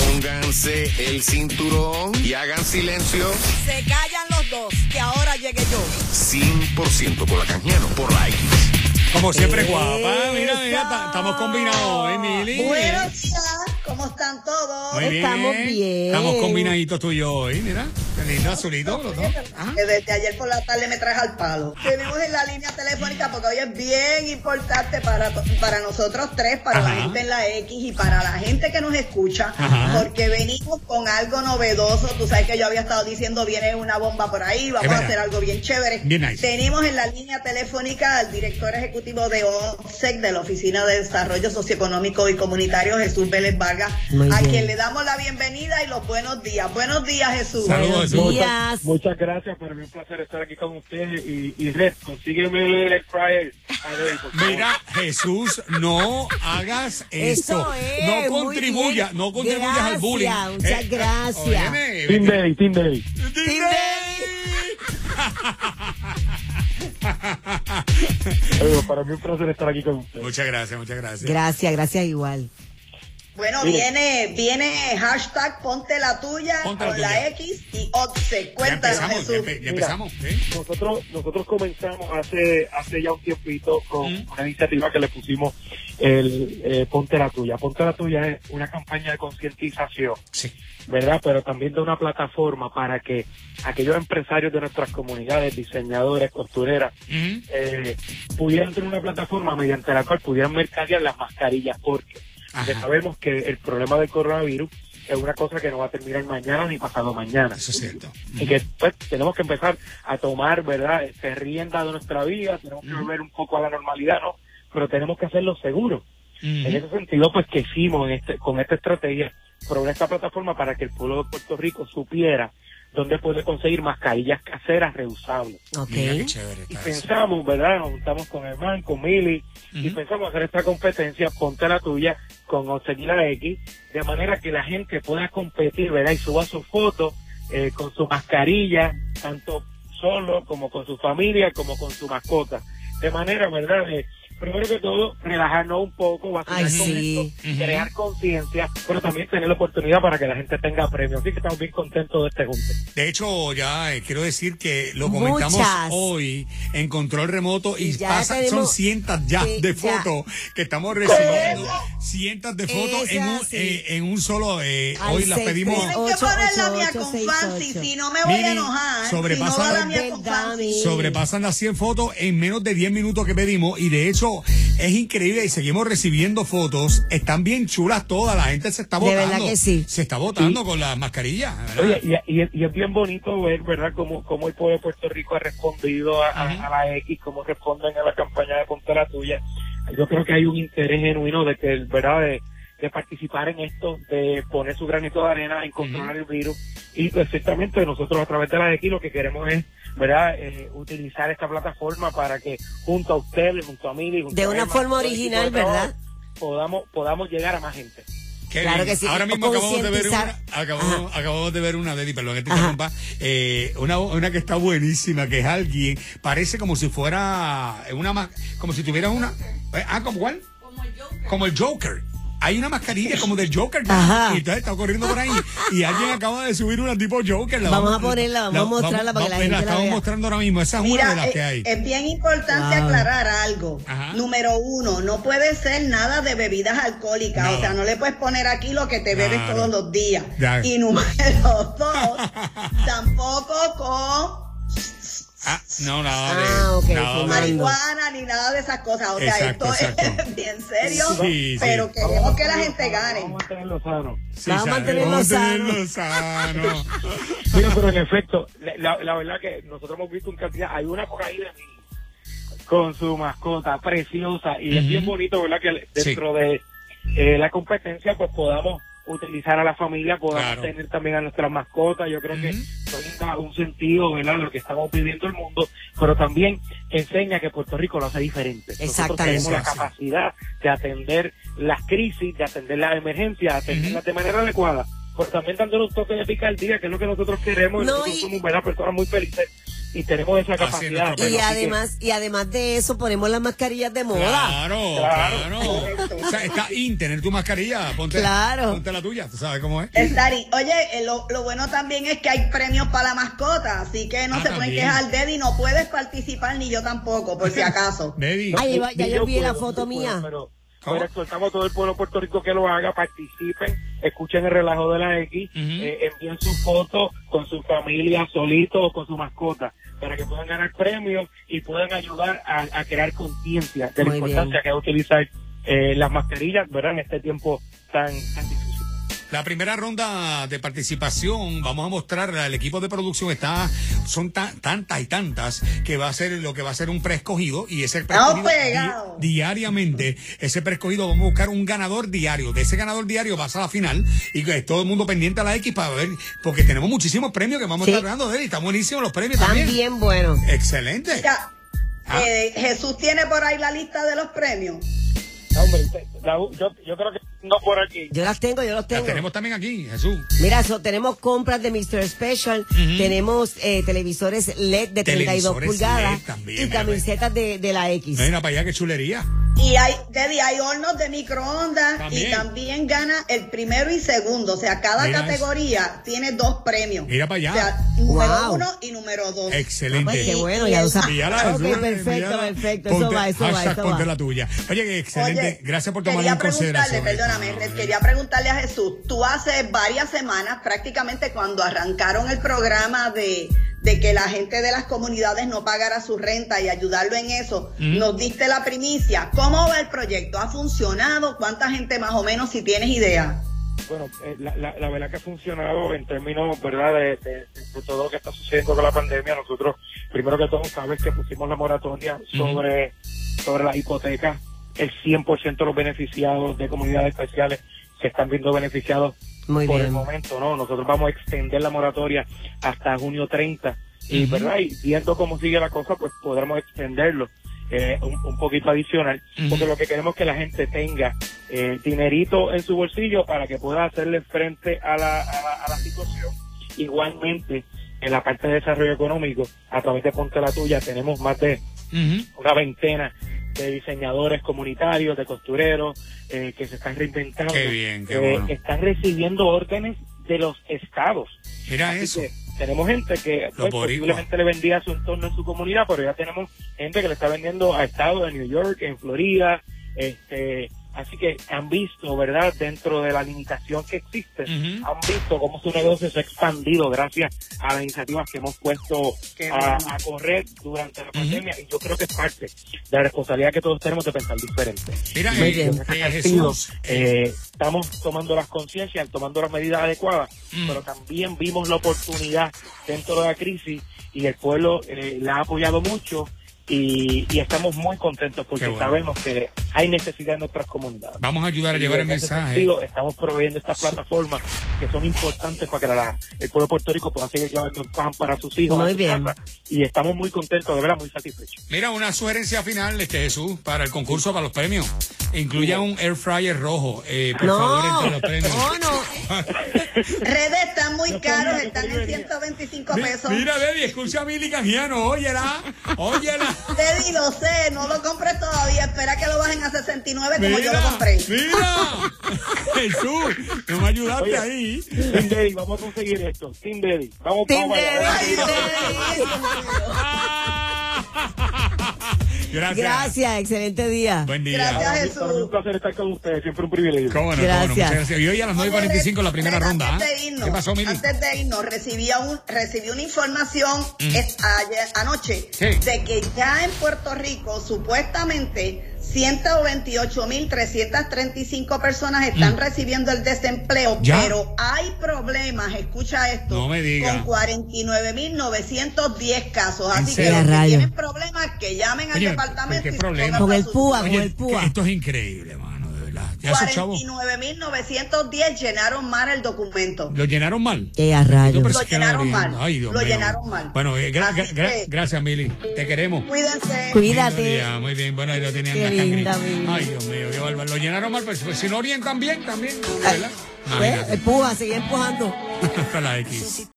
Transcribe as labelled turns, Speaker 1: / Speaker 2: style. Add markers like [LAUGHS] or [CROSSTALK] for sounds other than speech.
Speaker 1: Pónganse el cinturón y hagan silencio
Speaker 2: Se callan los dos, que ahora llegue yo.
Speaker 1: 100% con la canjiano por la X.
Speaker 3: Como siempre, guapa. Mira, mira, ta- estamos combinados hoy, Mili.
Speaker 4: Buenos días, ¿cómo están todos?
Speaker 3: Muy
Speaker 2: Estamos bien.
Speaker 3: Estamos combinaditos tú y yo hoy, mira. Qué lindo, azulito, los dos. Ah,
Speaker 4: Que desde ayer por la tarde me traje al palo. Tenemos en la línea telefónica porque hoy es bien importante para, to- para nosotros tres, para
Speaker 3: Ajá.
Speaker 4: la gente en la X y para la gente que nos escucha,
Speaker 3: Ajá.
Speaker 4: porque venimos con algo novedoso. Tú sabes que yo había estado diciendo viene una bomba por ahí, vamos a
Speaker 3: verdad.
Speaker 4: hacer algo bien chévere.
Speaker 3: Bien nice.
Speaker 4: Tenemos en la línea telefónica al director ejecutivo de OSEC, de la Oficina de Desarrollo Socioeconómico y Comunitario, Jesús Vélez Vargas,
Speaker 5: Muy
Speaker 4: a
Speaker 5: bien.
Speaker 4: quien le damos la bienvenida y los buenos días. Buenos días, Jesús.
Speaker 3: Saludos, Jesús.
Speaker 2: Días.
Speaker 6: Muchas gracias, para mí un placer estar aquí con ustedes y, y Red, consígueme el air fryer. A ver, por favor.
Speaker 3: Mira, Jesús, no hagas
Speaker 2: Eso
Speaker 3: eso.
Speaker 2: es,
Speaker 3: no
Speaker 2: muy
Speaker 3: contribuyas,
Speaker 2: bien.
Speaker 3: no contribuyas al
Speaker 2: Gracias,
Speaker 3: bullying. Eh,
Speaker 2: muchas gracias.
Speaker 3: óyeme,
Speaker 6: Team Day, Team Day.
Speaker 3: Team Day.
Speaker 6: Oigo, para mí un placer estar aquí con ustedes.
Speaker 3: muchas gracias, muchas gracias.
Speaker 2: Gracias, gracias igual.
Speaker 4: Bueno,
Speaker 6: Mire.
Speaker 4: viene, viene hashtag ponte la tuya
Speaker 3: Ponte la
Speaker 4: con la,
Speaker 3: tuya.
Speaker 4: X y OTSE.
Speaker 3: ya
Speaker 4: Cuéntanos,
Speaker 3: empezamos, ya,
Speaker 4: Jesús.
Speaker 3: empe- ya
Speaker 6: Mira.
Speaker 3: empezamos. ¿eh?
Speaker 6: Nosotros, nosotros comenzamos hace, hace ya un tiempito con
Speaker 3: Mm.
Speaker 6: una iniciativa que le pusimos el eh, Ponte la Tuya. Ponte la Tuya es una campaña de concientización
Speaker 3: Sí.
Speaker 6: ¿verdad? Pero también de una plataforma para que aquellos empresarios de nuestras comunidades, diseñadores, costureras,
Speaker 3: Ujú.
Speaker 6: eh, pudieran tener una plataforma mediante la cual pudieran mercadear las mascarillas, porque
Speaker 3: Ajá.
Speaker 6: ya sabemos que el problema del coronavirus es una cosa que no va a terminar mañana ni pasado mañana.
Speaker 3: Eso es cierto.
Speaker 6: Y que pues, tenemos que empezar a tomar, ¿verdad?, este, rienda de nuestra vida, tenemos que volver un poco a la normalidad, ¿no? Pero tenemos que hacerlo seguro. En
Speaker 3: Ujú.
Speaker 6: ese sentido, pues que hicimos en este- con esta estrategia, probar esta plataforma para que el pueblo de Puerto Rico supiera dónde puede conseguir mascarillas caseras reusables.
Speaker 2: Ok.
Speaker 3: Mira qué chévere
Speaker 6: Y
Speaker 3: está eso.
Speaker 6: pensamos, ¿verdad? Nos juntamos con Herman, con Mili, y
Speaker 3: Ujú.
Speaker 6: pensamos hacer esta competencia, ponte la tuya, con Oseguila X, de manera que la gente pueda competir, ¿verdad? Y suba su foto eh, con su mascarilla, tanto solo como con su familia, como con su mascota. De manera, ¿verdad? De, primero que todo, relajarnos un poco, vacilar
Speaker 2: Ay,
Speaker 6: con
Speaker 2: sí.
Speaker 6: esto, crear conciencia, pero también tener la oportunidad para que la gente tenga premios. Así que estamos bien contentos de este junte.
Speaker 3: De hecho, ya eh, quiero decir que lo comentamos
Speaker 2: Muchas.
Speaker 3: hoy en control remoto y,
Speaker 2: Y ya
Speaker 3: pasa- son
Speaker 2: tenemos-
Speaker 3: cientos ya
Speaker 2: Sí,
Speaker 3: de
Speaker 2: ya.
Speaker 3: fotos que estamos recibiendo, cientos de fotos en
Speaker 2: Esa
Speaker 3: un,
Speaker 2: sí.
Speaker 3: eh, en un solo. eh,
Speaker 2: Al
Speaker 3: hoy las
Speaker 2: seis,
Speaker 3: pedimos.
Speaker 2: tres,
Speaker 4: Tienen que
Speaker 2: Ocho,
Speaker 4: poner la
Speaker 2: ocho,
Speaker 4: mía
Speaker 2: ocho,
Speaker 4: con
Speaker 2: seis,
Speaker 4: fancy,
Speaker 2: ocho.
Speaker 4: si no me voy
Speaker 3: Miri,
Speaker 4: a enojar.
Speaker 3: sobrepasa-
Speaker 4: si no va la mía con
Speaker 2: Verdad,
Speaker 4: fancy.
Speaker 2: Miri.
Speaker 3: Sobrepasan las 100 fotos en menos de 10 minutos que pedimos y de hecho es increíble y seguimos recibiendo fotos. Están bien chulas todas, la gente se está
Speaker 2: De
Speaker 3: votando.
Speaker 2: verdad que sí.
Speaker 3: Se está votando con las mascarillas. ¿verdad?
Speaker 6: Oye, y, y- y es bien bonito ver, ¿verdad?, cómo, cómo el pueblo de Puerto Rico ha respondido a, a- a la X, cómo responden a la campaña de Ponte la Tuya. Yo creo que hay un interés genuino de que, ¿verdad?, de, de participar en esto, de poner su granito de arena en controlar el virus. Y pues, ciertamente nosotros a través de la X lo que queremos es, ¿verdad?, eh, utilizar esta plataforma para que junto a ustedes, junto a Mili, junto
Speaker 2: De
Speaker 6: a
Speaker 2: una
Speaker 6: Emma,
Speaker 2: forma
Speaker 6: junto al equipo de
Speaker 2: original, ¿verdad?
Speaker 6: trabajo, Podamos, podamos llegar a más gente.
Speaker 3: Qué
Speaker 2: Claro
Speaker 3: bien.
Speaker 2: que sí.
Speaker 3: Ahora mismo acabamos de ver una,
Speaker 2: Concientizar.
Speaker 3: acabamos, acabamos de ver una Dedi, perdón que te
Speaker 2: Ajá.
Speaker 3: interrumpa, eh, una, una que está buenísima, que es alguien, parece como si fuera una ma- como si tuviera una eh, ah, ¿como cuál? Como el Joker. Hay una mascarilla como del Joker ¿no?
Speaker 2: Ajá.
Speaker 3: y entonces está corriendo por ahí y alguien acaba de subir una tipo Joker. La
Speaker 2: Vamos a ponerla, vamos a mostrarla para que la gente la
Speaker 3: estamos
Speaker 2: vea.
Speaker 3: mostrando ahora mismo, esa es una de
Speaker 4: Mira,
Speaker 3: las
Speaker 4: eh,
Speaker 3: que hay.
Speaker 4: es, bien importante
Speaker 2: Wow.
Speaker 4: aclarar algo.
Speaker 3: Ajá.
Speaker 4: Número uno, no puede ser nada de bebidas alcohólicas.
Speaker 3: Nada.
Speaker 4: O sea, no le puedes poner aquí lo que te bebes
Speaker 3: Claro.
Speaker 4: todos los días.
Speaker 3: Ya.
Speaker 4: Y número [LAUGHS] dos, tampoco con
Speaker 3: Ah, no, nada de
Speaker 2: Ah, ok,
Speaker 3: nada de-
Speaker 2: fumar.
Speaker 4: marihuana ni nada de esas cosas. O sea,
Speaker 3: Exacto,
Speaker 4: esto
Speaker 3: exacto.
Speaker 4: es [LAUGHS] bien serio,
Speaker 3: Sí, sí.
Speaker 4: pero queremos que la
Speaker 6: Vamos a
Speaker 4: gente
Speaker 6: mantenerlo sano,
Speaker 4: gane.
Speaker 6: Vamos a tenerlo sano.
Speaker 3: Sí,
Speaker 2: Vamos a
Speaker 3: sabe,
Speaker 2: mantenerlo
Speaker 3: vamos a
Speaker 2: sano.
Speaker 3: mantenerlo sano.
Speaker 6: Mira, pero en efecto, la- la, la verdad que nosotros hemos visto en cantidad, hay una por ahí de mí, con su mascota preciosa y es bien bonito, ¿verdad? Que dentro de eh, la competencia pues podamos utilizar a la familia, podamos
Speaker 3: Claro.
Speaker 6: tener también a nuestras mascotas, yo creo que
Speaker 3: Ujú.
Speaker 6: tenga un sentido, ¿verdad? Lo que estamos pidiendo el mundo, pero también enseña que Puerto Rico lo hace diferente. Nosotros
Speaker 2: Exactamente.
Speaker 6: tenemos la
Speaker 3: Exacto.
Speaker 6: capacidad de atender las crisis, de atender las emergencias, de atenderlas de manera adecuada, pues también dándole un toque de picardía, que es lo que nosotros queremos.
Speaker 2: No,
Speaker 6: nosotros
Speaker 2: y-
Speaker 6: somos buenas personas muy felices. y tenemos esa
Speaker 3: Así es
Speaker 6: capacidad.
Speaker 3: nuestro
Speaker 2: y
Speaker 3: Bueno,
Speaker 2: además, y además de eso, ponemos las mascarillas de moda.
Speaker 3: Claro,
Speaker 6: Claro.
Speaker 3: claro. O sea, está in tener tu mascarilla. Ponte,
Speaker 2: Claro.
Speaker 3: ponte la tuya. ¿Tú sabes cómo es?
Speaker 4: Es Dari. Oye, eh, lo, lo bueno también es que hay premios para la mascota, así que no
Speaker 3: Ah,
Speaker 4: se pueden
Speaker 3: también.
Speaker 4: quejar. Dedi, no puedes participar ni yo tampoco, por si acaso.
Speaker 3: [LAUGHS] Baby.
Speaker 2: Ay, ya, ya
Speaker 6: Ni
Speaker 2: yo vi
Speaker 6: puedo,
Speaker 2: la foto
Speaker 6: ni puedo,
Speaker 2: mía.
Speaker 6: Pero,
Speaker 3: ¿Cómo?
Speaker 6: pero exhortamos a todo el pueblo de Puerto Rico que lo haga, participen, escuchen el relajo de la X,
Speaker 3: Ujú.
Speaker 6: eh, envíen sus fotos con su familia, solito o con su mascota, para que puedan ganar premios y puedan ayudar a, a crear conciencia de la
Speaker 2: Muy bien.
Speaker 6: importancia que es utilizar eh, las mascarillas, ¿verdad? En este tiempo tan, tan difícil.
Speaker 3: La primera ronda de participación, vamos a mostrarla. El equipo de producción está, son ta- tantas y tantas que va a ser lo que va a ser un preescogido y ese preescogido
Speaker 4: pegado!
Speaker 3: di- diariamente, ese preescogido vamos a buscar un ganador diario. De ese ganador diario vas a la final y que todo el mundo pendiente a la X para ver, porque tenemos muchísimos premios que vamos
Speaker 2: Sí.
Speaker 3: a estar dando de él y están buenísimos los premios
Speaker 2: Están
Speaker 3: también.
Speaker 2: bien buenos.
Speaker 3: Excelente.
Speaker 4: Ya,
Speaker 3: Ah.
Speaker 4: eh, Jesús tiene por ahí la lista de los premios.
Speaker 6: No, hombre, te- la- yo, yo creo que no por aquí.
Speaker 2: Yo las tengo, yo los
Speaker 3: Las
Speaker 2: tengo.
Speaker 3: tenemos también aquí, Jesús.
Speaker 2: Mira, so, tenemos compras de Mr. Special, tenemos eh, televisores LED de 32
Speaker 3: Televisores
Speaker 2: pulgadas
Speaker 3: LED también,
Speaker 2: y
Speaker 3: mira,
Speaker 2: camisetas de, de la X.
Speaker 3: Mira para allá, qué chulería.
Speaker 4: Y hay, Dedi, hay hornos de microondas
Speaker 3: También.
Speaker 4: y también gana el primero y segundo. O sea, cada
Speaker 3: Mira eso.
Speaker 4: categoría tiene dos premios.
Speaker 3: Mira para allá.
Speaker 4: O sea, número
Speaker 2: Wow.
Speaker 4: uno y número dos.
Speaker 3: Excelente.
Speaker 2: Ay, Pues, qué
Speaker 4: Y-
Speaker 2: bueno,
Speaker 4: y
Speaker 2: ya lo
Speaker 4: el-
Speaker 2: sabes.
Speaker 3: Enviala,
Speaker 2: Ok,
Speaker 3: Jesús,
Speaker 2: perfecto,
Speaker 3: enviala.
Speaker 2: perfecto, eso va, eso va,
Speaker 3: hashtag
Speaker 2: eso
Speaker 3: ponte
Speaker 2: va.
Speaker 3: la tuya. Oye, excelente.
Speaker 4: Oye,
Speaker 3: Gracias por tomarlo
Speaker 4: quería
Speaker 3: en
Speaker 4: preguntarle,
Speaker 3: consideración.
Speaker 4: perdóname, Red, quería preguntarle a Jesús, tú hace varias semanas, prácticamente cuando arrancaron el programa de, de que la gente de las comunidades no pagara su renta y ayudarlo en eso, nos diste la primicia. ¿Cómo va el proyecto? ¿Ha funcionado? ¿Cuánta gente más o menos, si tienes idea?
Speaker 6: Bueno, eh, la, la, la verdad que ha funcionado en términos, ¿verdad?, de, de- de todo lo que está sucediendo con la pandemia. Nosotros, primero que todo, sabes que pusimos la moratoria sobre, sobre las hipotecas. El 100% de los beneficiados de comunidades especiales se están viendo beneficiados
Speaker 2: Muy
Speaker 6: por el
Speaker 2: bien.
Speaker 6: momento, ¿no? Nosotros vamos a extender la moratoria hasta junio 30. Y,
Speaker 3: Ujú.
Speaker 6: ¿verdad? y viendo cómo sigue la cosa, pues podremos extenderlo eh, un, un poquito adicional,
Speaker 3: Ujú.
Speaker 6: porque lo que queremos es que la gente tenga eh, dinerito en su bolsillo para que pueda hacerle frente a la, a la, a la situación. Igualmente, en la parte de desarrollo económico, a través de Ponte la Tuya, tenemos más de
Speaker 3: Ujú.
Speaker 6: una veintena de diseñadores comunitarios, de costureros, eh, que se están reinventando.
Speaker 3: Qué bien, qué
Speaker 6: Eh,
Speaker 3: bueno.
Speaker 6: Están recibiendo órdenes de los estados.
Speaker 3: Mira
Speaker 6: Así
Speaker 3: eso.
Speaker 6: que tenemos gente que
Speaker 3: Los
Speaker 6: pues,
Speaker 3: boricuas.
Speaker 6: posiblemente le vendía a su entorno en su comunidad, pero ya tenemos gente que le está vendiendo a estados de New York, en Florida, este, así que han visto, ¿verdad? Dentro de la limitación que existe,
Speaker 3: Ujú.
Speaker 6: han visto cómo su negocio se ha expandido gracias a las iniciativas que hemos puesto
Speaker 4: Qué
Speaker 6: a,
Speaker 4: bueno.
Speaker 6: a correr durante la pandemia y yo creo que es parte de la responsabilidad que todos tenemos de pensar diferente.
Speaker 3: Mira,
Speaker 2: Muy
Speaker 3: eh,
Speaker 2: bien.
Speaker 3: eh,
Speaker 6: Sentido,
Speaker 3: Jesús. eh,
Speaker 6: eh, estamos tomando las conciencias, tomando las medidas adecuadas,
Speaker 3: Mm.
Speaker 6: pero también vimos la oportunidad dentro de la crisis y el pueblo eh, la ha apoyado mucho y, y estamos muy contentos porque
Speaker 3: Qué bueno.
Speaker 6: sabemos que hay necesidad en nuestras comunidades.
Speaker 3: vamos a ayudar a
Speaker 6: Y
Speaker 3: llevar el
Speaker 6: en ese
Speaker 3: mensaje.
Speaker 6: sentido, estamos proveyendo estas plataformas que son importantes para que la- el pueblo de Puerto Rico pueda seguir llevando el pan para sus hijos.
Speaker 2: Muy
Speaker 6: a su
Speaker 2: bien.
Speaker 6: casa. Y estamos muy contentos, de verdad, muy satisfechos.
Speaker 3: Mira, una sugerencia final, este Jesús, para el concurso, para los premios. Incluya un air fryer rojo, eh, por favor,
Speaker 2: No,
Speaker 3: entre los
Speaker 2: [LAUGHS]
Speaker 3: premios.
Speaker 2: no, no.
Speaker 4: Redes están muy caros,
Speaker 6: una
Speaker 4: están en
Speaker 6: porquería.
Speaker 4: 125
Speaker 3: Mi-
Speaker 4: pesos.
Speaker 3: Mira, baby, escucha a Mili Canjiano, óyela, óyela.
Speaker 4: Dedi, lo sé, no lo compres todavía, espera que lo bajen a 69 como yo
Speaker 3: Mira,
Speaker 4: lo compré. [LAUGHS]
Speaker 3: mira. Jesús, no me ayudaste
Speaker 4: [LAUGHS]
Speaker 6: Oye.
Speaker 3: ahí.
Speaker 6: Team Daddy, vamos a conseguir esto. Team Daddy, vamos
Speaker 2: Team
Speaker 6: vamos allá.
Speaker 2: Daddy,
Speaker 4: Ay,
Speaker 2: Team
Speaker 4: Dedi, Dios mío.
Speaker 3: [LAUGHS] Gracias.
Speaker 2: Gracias, excelente día.
Speaker 3: Buen día.
Speaker 4: Gracias,
Speaker 6: Para mí- para mí un placer estar con ustedes, siempre un privilegio.
Speaker 3: Cómo no, cómo no,
Speaker 2: Gracias.
Speaker 3: muchas gracias. Y hoy a las 9.45 la primera
Speaker 4: Antes
Speaker 3: ronda.
Speaker 4: de
Speaker 3: ¿ah?
Speaker 4: irnos,
Speaker 3: ¿Qué pasó, Mili?
Speaker 4: Antes de irnos, recibí, a un, recibí una información es- ayer- anoche
Speaker 3: Mm. Sí.
Speaker 4: de que ya en Puerto Rico supuestamente 128.335 personas están recibiendo el desempleo,
Speaker 3: Mm. ¿Ya?
Speaker 4: pero hay problemas, escucha esto,
Speaker 3: No me diga.
Speaker 4: con 49.910 casos.
Speaker 3: ¿En
Speaker 4: Así que
Speaker 3: serio?
Speaker 4: los
Speaker 2: Rayo.
Speaker 4: que tienen problemas, que llamen al
Speaker 3: Oye,
Speaker 4: departamento
Speaker 3: ¿qué
Speaker 4: y se
Speaker 3: problema?
Speaker 4: pongan
Speaker 2: Con
Speaker 4: para
Speaker 2: el
Speaker 4: sus-
Speaker 2: púa.
Speaker 3: Oye,
Speaker 2: el púa.
Speaker 3: Esto es increíble, mano, de verdad. Ya esos chavos
Speaker 4: 49.910 llenaron mal el documento.
Speaker 3: lo llenaron mal.
Speaker 2: Qué a rayos.
Speaker 3: Pero es que
Speaker 4: llenaron
Speaker 3: habían-
Speaker 4: mal, lo
Speaker 3: mío.
Speaker 4: llenaron mal.
Speaker 3: Bueno, eh, gra-
Speaker 4: Así
Speaker 3: gra- gra-
Speaker 4: que-
Speaker 3: gracias, Mili. Te queremos.
Speaker 4: Cuídense.
Speaker 3: Lindo
Speaker 2: Cuídate.
Speaker 3: día, Muy bien, bueno, ahí lo tenían
Speaker 2: Qué
Speaker 3: la sangre.
Speaker 2: linda, Mili.
Speaker 3: Ay, Dios mío, qué bárbaro. Lo llenaron mal, pues, pues, si no orientan bien, también,
Speaker 2: Ay,
Speaker 3: ¿verdad?
Speaker 2: ¿ves?
Speaker 3: Imagínate.
Speaker 2: Empuja, sigue empujando.
Speaker 3: Hasta la X.